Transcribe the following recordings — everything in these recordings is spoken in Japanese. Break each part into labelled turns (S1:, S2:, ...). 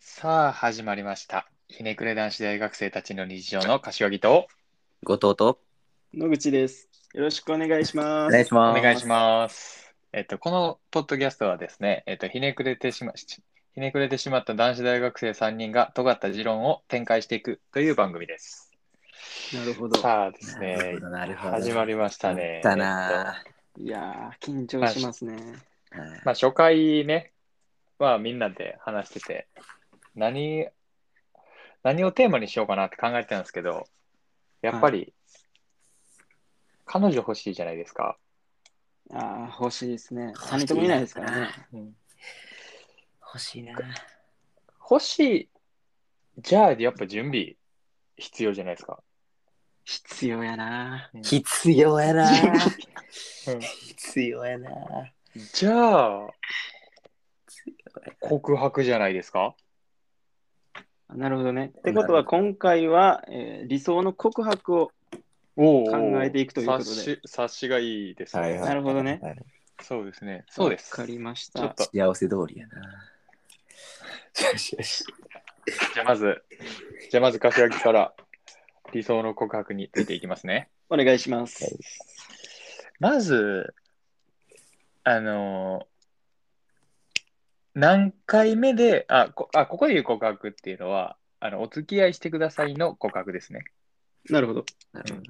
S1: さあ、始まりました。ひねくれ男子大学生たちの日常の柏木と
S2: 後藤と
S3: 野口です。よろしくお願いします。
S2: お願いしま
S1: お
S2: す。
S1: 願いします。えっと、このポッドキャストはですね、えっと、ひねくれてしま、ひねくれてしまった男子大学生3人が尖った持論を展開していくという番組です。
S3: なるほど。
S1: さ あですね、
S2: なるほどなるほど
S1: 始まりましたね。
S2: だな、
S3: いやー、緊張しますね。
S2: はい
S1: まあ、初回ね、まあ、みんなで話してて、何、何をテーマにしようかなって考えてたんですけど、やっぱり、彼女欲しいじゃないですか。
S3: あー、欲しいですね。3人ともいないですからね。
S1: うん
S2: 欲しいな。
S1: 欲しい、じゃあ、やっぱ準備必要じゃないですか。
S3: 必要やな。
S2: 必要やな。
S1: うん
S2: 必要やな。
S1: じゃあ、告白じゃないですか。
S3: なるほどね。ってことは、今回は、えー理想の告白を。
S1: お
S3: 考えていくということで
S1: 察し察しがいいですね。
S3: いなるほどね
S2: はい。
S1: そうですね。そうです。
S3: わかりまし。
S1: ちょったと、
S2: 幸せ通りやな。よしよし。
S1: じゃあまず、じゃあまず柏木から理想の告白についていきますね。
S3: お願いします。
S1: まず、あのー何回目で、あこあ、ここで言う告白っていうのは、あのお付き合いしてくださいの告白ですね。
S3: なるほど。
S2: なるほど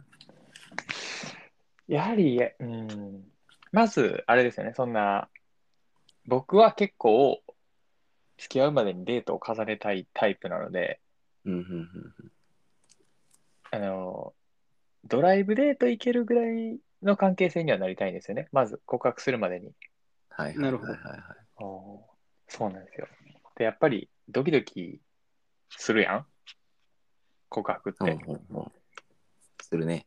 S1: やはり、うん、まず、あれですよね、そんな、僕は結構、付き合うまでにデートを重ねたいタイプなので、
S2: うんうんうん
S1: あの、ドライブデート行けるぐらいの関係性にはなりたいんですよね、まず告白するまでに。
S2: はいはいはいはい
S3: なるほど
S1: そうなんですよ。で、やっぱり、ドキドキするやん告白っ
S2: はい。
S1: て。
S2: ほんほんほんするね。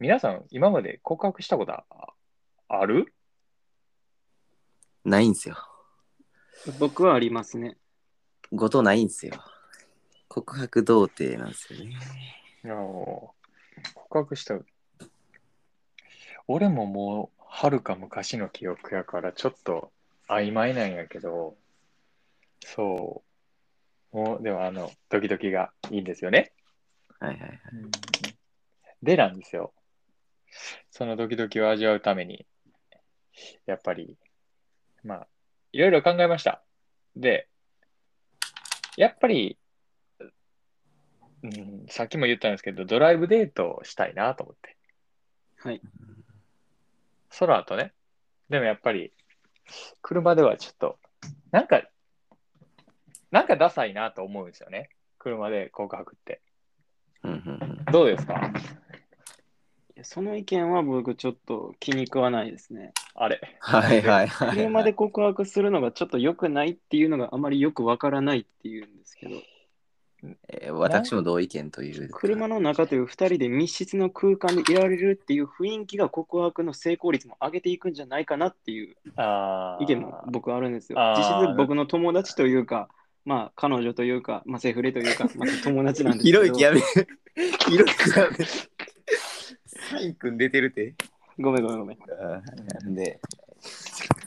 S1: 皆さん、今まで告白したことあある
S2: ないんすよ。
S3: 僕はありますね。
S2: ごとないんすよ。告白童貞なんですよね。
S1: いやもう告白した俺ももうはるか昔の記憶やからちょっと曖昧なんやけどそうもうでもあのドキドキがいいんですよね、
S2: はいはいはい。
S1: でなんですよそのドキドキを味わうためにやっぱりまあいろいろ考えましたでやっぱり、うん、さっきも言ったんですけどドライブデートをしたいなと思って
S3: はい。
S1: 空とね。でもやっぱり、車ではちょっと、なんか、なんかダサいなと思うんですよね。車で告白って。
S2: うんうんうん
S1: どうですか
S3: その意見は僕ちょっと気に食わないですね。
S1: あれ。
S2: はいはいはい。
S3: 車で告白するのがちょっと良くないっていうのがあまりよくわからないっていうんですけど、
S2: えー私も同意見というか。
S3: 車の中という2人で密室の空間でいられるっていう雰囲気が告白の成功率も上げていくんじゃないかなっていう
S1: あー
S3: 意見も僕あるんですよ
S1: あ。ー
S3: 実質僕の友達というか、まあ彼女というか、まあセフレというか、まあ友達なんです
S2: ひ
S3: けど。
S2: ろゆきやめ。ひろゆきやめ。サイ君出てるて。
S3: ごめんごめんごめん。
S2: なんで。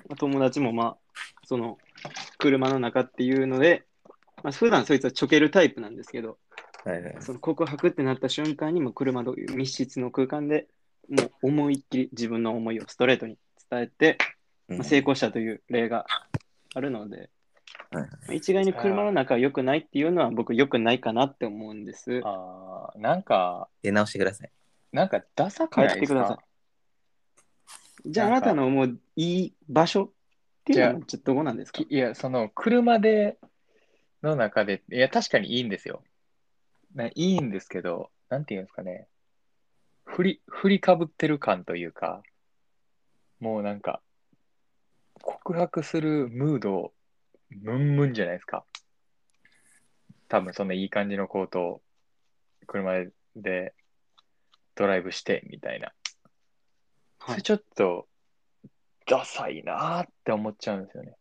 S3: まあ友達もまあ、その車の中っていうので、まあ普段そいつはちょけるタイプなんですけど、
S2: はいはい。
S3: その告白ってなった瞬間にもう車の密室の空間でもう思いっきり自分の思いをストレートに伝えて、
S2: う
S3: まあ
S2: ん
S3: 成功したという例があるので、
S2: はい
S3: まあ一概に車の中は良くないっていうのは僕良くないかなって思うんです。
S1: あーなんか、
S2: 出直してください。
S1: なんかダサくないです
S3: 帰ってくださ
S1: か
S3: じゃああなたの思ういい場所っていうのはちょっとどこなんですか
S1: きいや、その、車で、の中で、いや、確かにいいんですよ。ないいんですけど、なんていうんですかね。振り、振りかぶってる感というか、もうなんか、告白するムード、ムンムンじゃないですか。多分、そんないい感じのコートを、車でドライブして、みたいな。そ
S3: は
S1: れ
S3: い、
S1: ちょっと、ダサいなーって思っちゃうんですよね。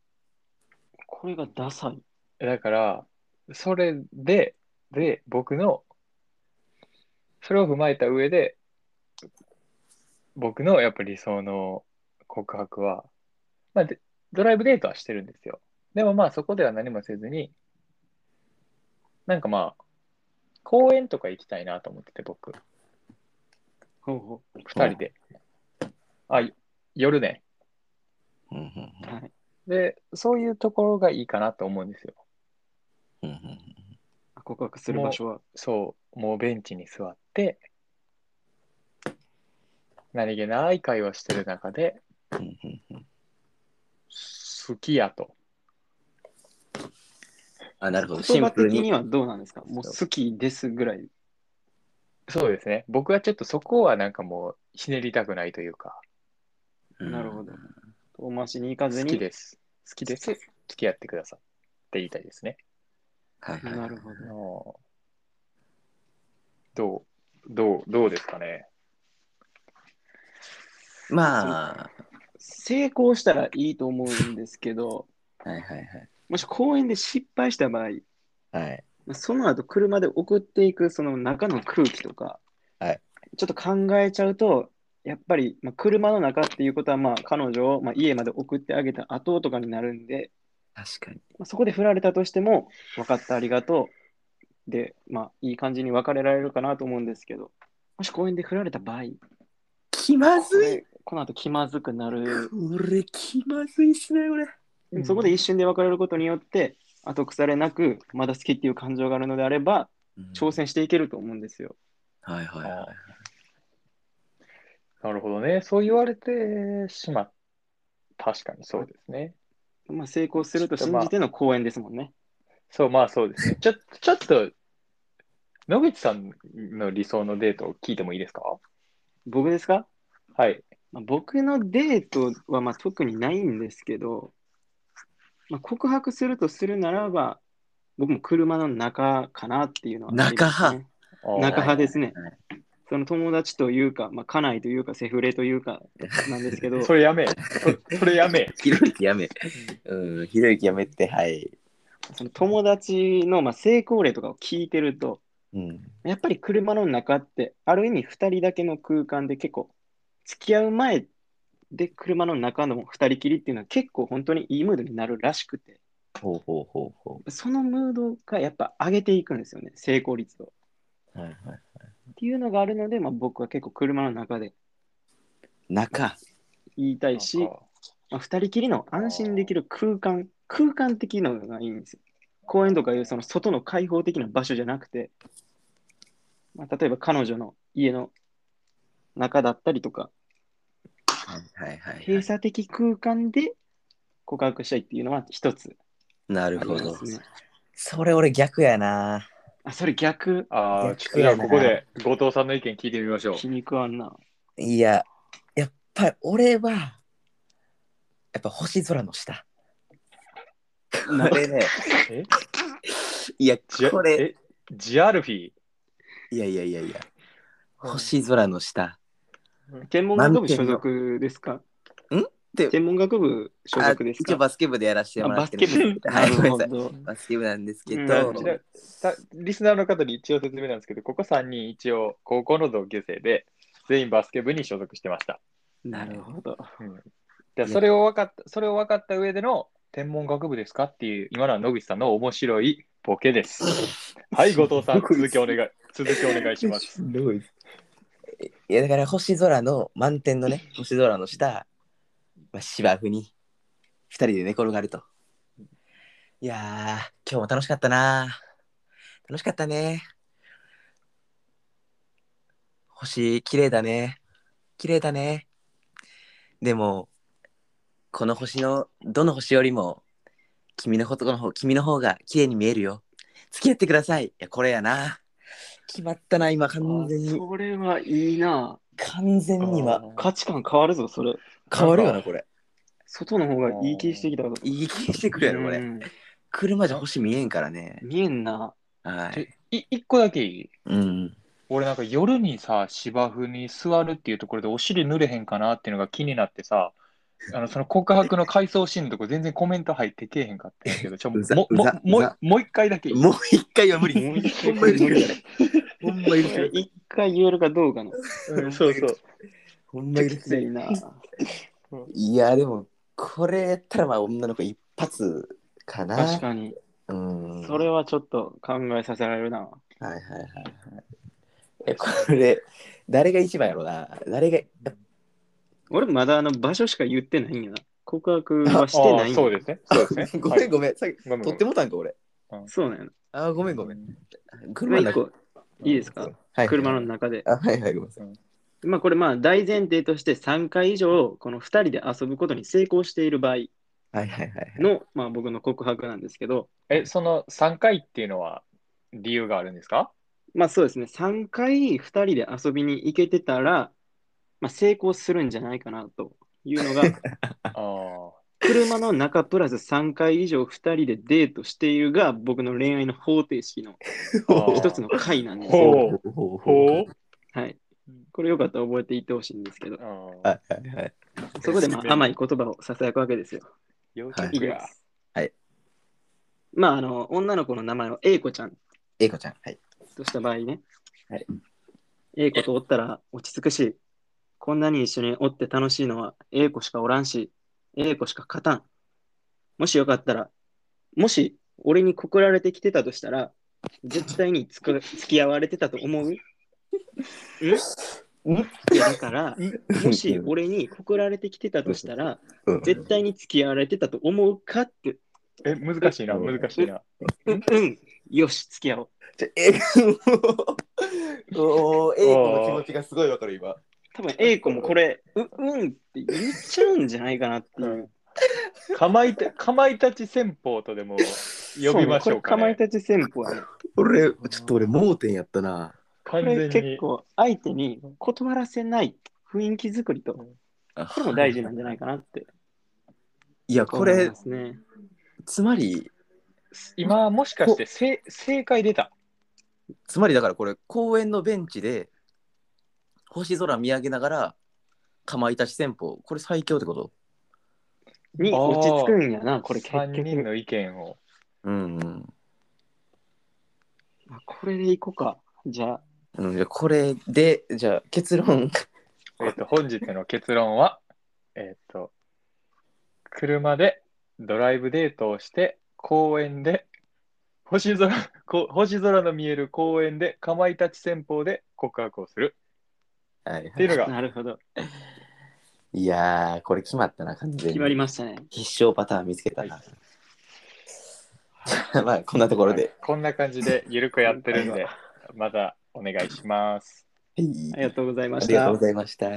S3: これがダサい。
S1: だから、それで、で、僕の、それを踏まえた上で、僕のやっぱ理想の告白は、まあ、でドライブデートはしてるんですよ。でもまあそこでは何もせずに、なんかまあ、公園とか行きたいなと思ってて、僕、
S3: ほうほ
S1: 二人で。あ、夜ね。
S2: うんうん
S3: う。はい。
S1: で、そういうところがいいかなと思うんですよ。
S2: うんうん
S3: 告白する場所は。
S1: そう、もうベンチに座って、何気ない会話してる中で、
S2: うんうんうん
S1: 好きやと。
S2: あ、なるほど。シ
S3: 言
S2: ン
S3: 葉
S2: プル
S3: 的
S2: に。
S3: にはどうなんですかもう好きですぐらい。
S1: そうですね。僕はちょっとそこはなんかもうひねりたくないというか、
S3: なるほ
S2: ど。
S3: ど。遠回しに行かず
S1: 好
S3: に。
S1: きです。好きです。付き合ってくださいって言いたいですね。
S2: はいはい。
S3: なるほ
S1: あ。
S3: ど
S1: ーどうどうどうですかね
S2: まあ、
S3: 成功したらいいと思うんですけど、
S2: はいはいはい。
S3: もし公園で失敗した場合、
S2: はい。
S3: まあその後車で送っていくその中の空気とか、
S2: はい
S3: ちょっと考えちゃうと、やっぱり、まあ、車の中っていうことは、まあ、彼女を、まあ、家まで送ってあげた後とかになるんで、
S2: 確かに。
S3: まあ、そこで振られたとしても、分かった、ありがとう。で、まあ、いい感じに別れられるかなと思うんですけど、もし公園で振られた場合、
S2: 気ま
S3: こ
S2: ずい
S3: れこの後気まずくなる
S2: これ気まずいっすね、これ。
S3: でもそこで一瞬で別れることによって、後腐れなく、まだ好きっていう感情があるのであれば、挑。戦していけると思うんですよ。
S2: はいはいはい。
S1: なるほどね。そう言われてしまった。確かにそうですね。
S3: まあ、成功すると信じての公演ですもんね。
S1: そう、まあそうですね。ちょちょっと、野口さんの理想のデートを聞いてもいいですか
S3: 僕ですか、
S1: はい。
S3: まあ、僕のデートはまあ特にないんですけど、まあ、告白するとするならば、僕も車の中かなっていうのはありますね、
S1: あー
S3: 中派ですね
S2: はいはい。
S3: その友達というか、まあ、家内というか、セフレというかなんですけ ど、
S1: それやめえ。そそれやめえ。
S2: ひろゆきや め。うん、ひろゆきやめて、はい。
S3: その友達のまあ成功例とかを聞いてると、
S2: うん。
S3: やっぱり車の中って、ある意味2人だけの空間で結構、付き合う前で車の中の2人きりっていうのは結構本当にいいムードになるらしくて、
S2: ほうほうほうほ
S3: そのムードがやっぱ上げていくんですよね、成功率を。
S2: う。はいはい。
S3: っていうのがあるので、まあ、僕は結構車の中で
S2: 中。
S3: 言いたいし、
S1: なんか
S3: まあ、2人きりの安心できる空間、空間的なのがいいんですよ。公園とかいうその外の開放的な場所じゃなくて、まあ、例えば彼女の家の中だったりとか、
S2: はいはいはい、
S3: 閉鎖的空間で告白したいっていうのは一つ
S2: なる
S3: あり
S2: ほ
S3: ま
S2: ど
S3: す。ね。
S2: それ俺逆やな。
S3: あ、それ逆、
S1: ああ、
S2: 逆
S1: ちょっとじゃあここで後藤さんの意見聞いてみましょう。
S3: 皮肉あんな。
S2: いや、やっぱり俺は、やっぱ星空の下。これね、
S1: え
S2: いや、
S1: ジ
S2: これ、
S1: えジアルフィー。
S2: いやいやいやいや、星空の下。
S3: 天文学部所属ですか
S2: んて
S3: 天文学部所属です
S2: 一応
S3: か
S2: バスケ部でやらせて
S3: あ
S2: もら
S3: バ
S2: っ
S3: ス
S2: て
S3: ケ
S2: る。
S3: 部。
S2: は、
S3: ない
S2: ごめん
S3: るほ
S2: なさい。
S3: ど。
S2: バスケ部なんですけ
S3: なる
S2: ど
S3: ほ、
S1: ちなさリスナーの方に一応説明なんですけど、ここ3人一応高校の同級生で、全員バスケ部に所属してました。
S3: なるほど。
S1: じゃあそれを分かった、それを分かった上での天文学部ですかっていう、今のは野口さんの面白いボケ です。はい、後藤さん、続きお願い、続きお願いします。
S2: すごい。いや、だから星空の満天のね、星空の下、まあ、芝生に二人で寝転がると。いやー、今日も楽しかったな。楽しかったね。星、綺麗だね。綺麗だね。でも、この星の、どの星よりも、君のことの方、君の方が綺麗に見えるよ。付き合ってください。いや、これやな。決まったな、今、完全
S3: あ
S2: に。
S3: それはいいな。
S2: 完全に今、
S3: 価値観変わるぞ、それ。
S2: 変わるよな、これ。
S3: 外の方がいい気してきたぞ。
S2: いい気してくるやろ、こ
S3: う
S2: れ。
S3: ん
S2: 車じゃ星見えんからね。
S3: 見えんな。
S2: は
S1: ちょ
S2: い。
S1: い一個だけいい
S2: うん。
S1: 俺なんか夜にさ、芝生に座るっていうところでお尻濡れへんかなっていうのが気になってさ、あのその告白の回想シーンのとこ全然コメント入ってけえへんかったんやけど、ちょ
S2: うざ
S1: もも
S2: うざ
S1: も
S2: う
S1: う
S2: ざ
S1: もう一回だけいい
S2: もう一回は無理。
S3: もう一
S2: ほんまに無理。ほんま許せ
S3: 回
S2: ん。
S3: 一回言えるかどうかの。
S1: うんそうそう。
S2: ほんま許
S3: き
S2: せ
S3: つ
S2: ん。
S3: いな。
S2: いや、でも、これやったら、まあ、女の子一発かな。
S3: 確かに。
S2: うん。
S3: それはちょっと考えさせられるな。
S2: はいはいはいはい。え、これ、誰が一番やろうな。誰が、
S3: 俺まだあの場所しか言ってないんやな。告白はしてないん
S1: あー
S3: や
S1: そうですね。そうですね。
S2: ごめんごめん。さっき
S1: ごめんごめん
S2: 取ってもたんか、俺。
S3: そうなんやな。
S2: あー、ごめんごめん。
S1: ん。
S2: 車の
S3: まあ一
S2: 中。
S3: 個いいですか
S2: はい
S3: 車の中で。
S2: あ、はいはい、ごめんなさい。
S3: まあこれまあ大前提として3回以上この2人で遊ぶことに成功している場合
S2: はいはいはいはい。
S3: のまあ僕の告白なんですけど、
S1: え、その3回っていうのは理由があるんですか
S3: まあそうですね、3回2人で遊びに行けてたら、まあ、成功するんじゃないかなとい うのが、
S1: ああ。
S3: 車の中プラス3回以上2人でデートしているが、僕の恋愛の方程式の
S1: ほう
S3: 一つの回なんですよ。
S1: ほ
S2: うほう
S1: ほう
S3: はい、これよかったら覚えていってほしいんですけど、
S1: あ
S2: は
S1: あ。
S2: いはいはい。
S3: そこでまあ甘い言葉をささやくわけですよ。
S1: 要
S2: はい
S3: い
S1: 着
S3: き
S1: や
S3: ます。
S2: はい。
S3: まあ、あの、女の子の名前を A 子ちゃん
S2: えいこちゃん。はい。
S3: とした場合ね。
S2: はい。
S3: A 子とおったら落ち着くし、こんなに一緒におって楽しいのは A 子しかおらんし、A 子しか勝たん。もしよかったら、もし俺に告られてきてたとしたら、絶対につく付き合われてたと思うんいやだから、もし俺に告られてきてたとした
S2: う
S3: ら、
S2: ん
S3: 絶対に付き合われてたと思うかって、
S1: え、難しいな、
S2: うん
S1: 難しいな。
S3: うん、うん、よし、付き合おう。
S2: ちょえいおー、えいこの気持ちがすごいわかる、今。
S3: 多分 A 子もこれ、う、うんって言っちゃうんじゃないかなっていう。
S1: かまいた、かまいたち戦法とでも呼びましょうか、
S3: そうねこれかまい
S1: ね。
S3: たち戦法やね。
S2: 俺、ちょっと俺、盲点やったな。
S3: こ
S1: 完
S3: れ
S1: 全
S3: 結
S1: に。
S3: 構相手に断らせない雰囲気作りと、これも大事なんじゃないかなって。
S2: いや、これ
S3: で、すね。
S2: つまり、
S1: 今、もしかしてせ正解出た。
S2: つまりだからこれ、公園のベンチで、星空見上げながら、かまいたち戦法、これ最強ってこと
S3: に落ち着くんやな、これ結
S1: 3人
S3: 局。
S1: の意見を。
S2: うんうん。
S3: まあこれでいこうか。じゃあ、
S2: うん、じゃあこれで、じゃあ結論、
S1: えっと、本日の結論は、えっと、車でドライブデートをして、公園で、星空、こ星空の見える公園で、かまいたち戦法で告白をする
S2: はいは
S1: ってい
S2: い、
S1: うのが、
S3: なるほど。
S2: いやー、これ決まったな、完全に。
S3: 決まりましたね。
S2: 必勝パターン見つけたな。 まあ、こんなところで。
S1: こんな感じでゆるくやってるんで、またお願いします。
S2: はい
S3: ありがとうございま
S2: あ
S3: し
S2: りが
S3: た
S2: とうご。ざいました。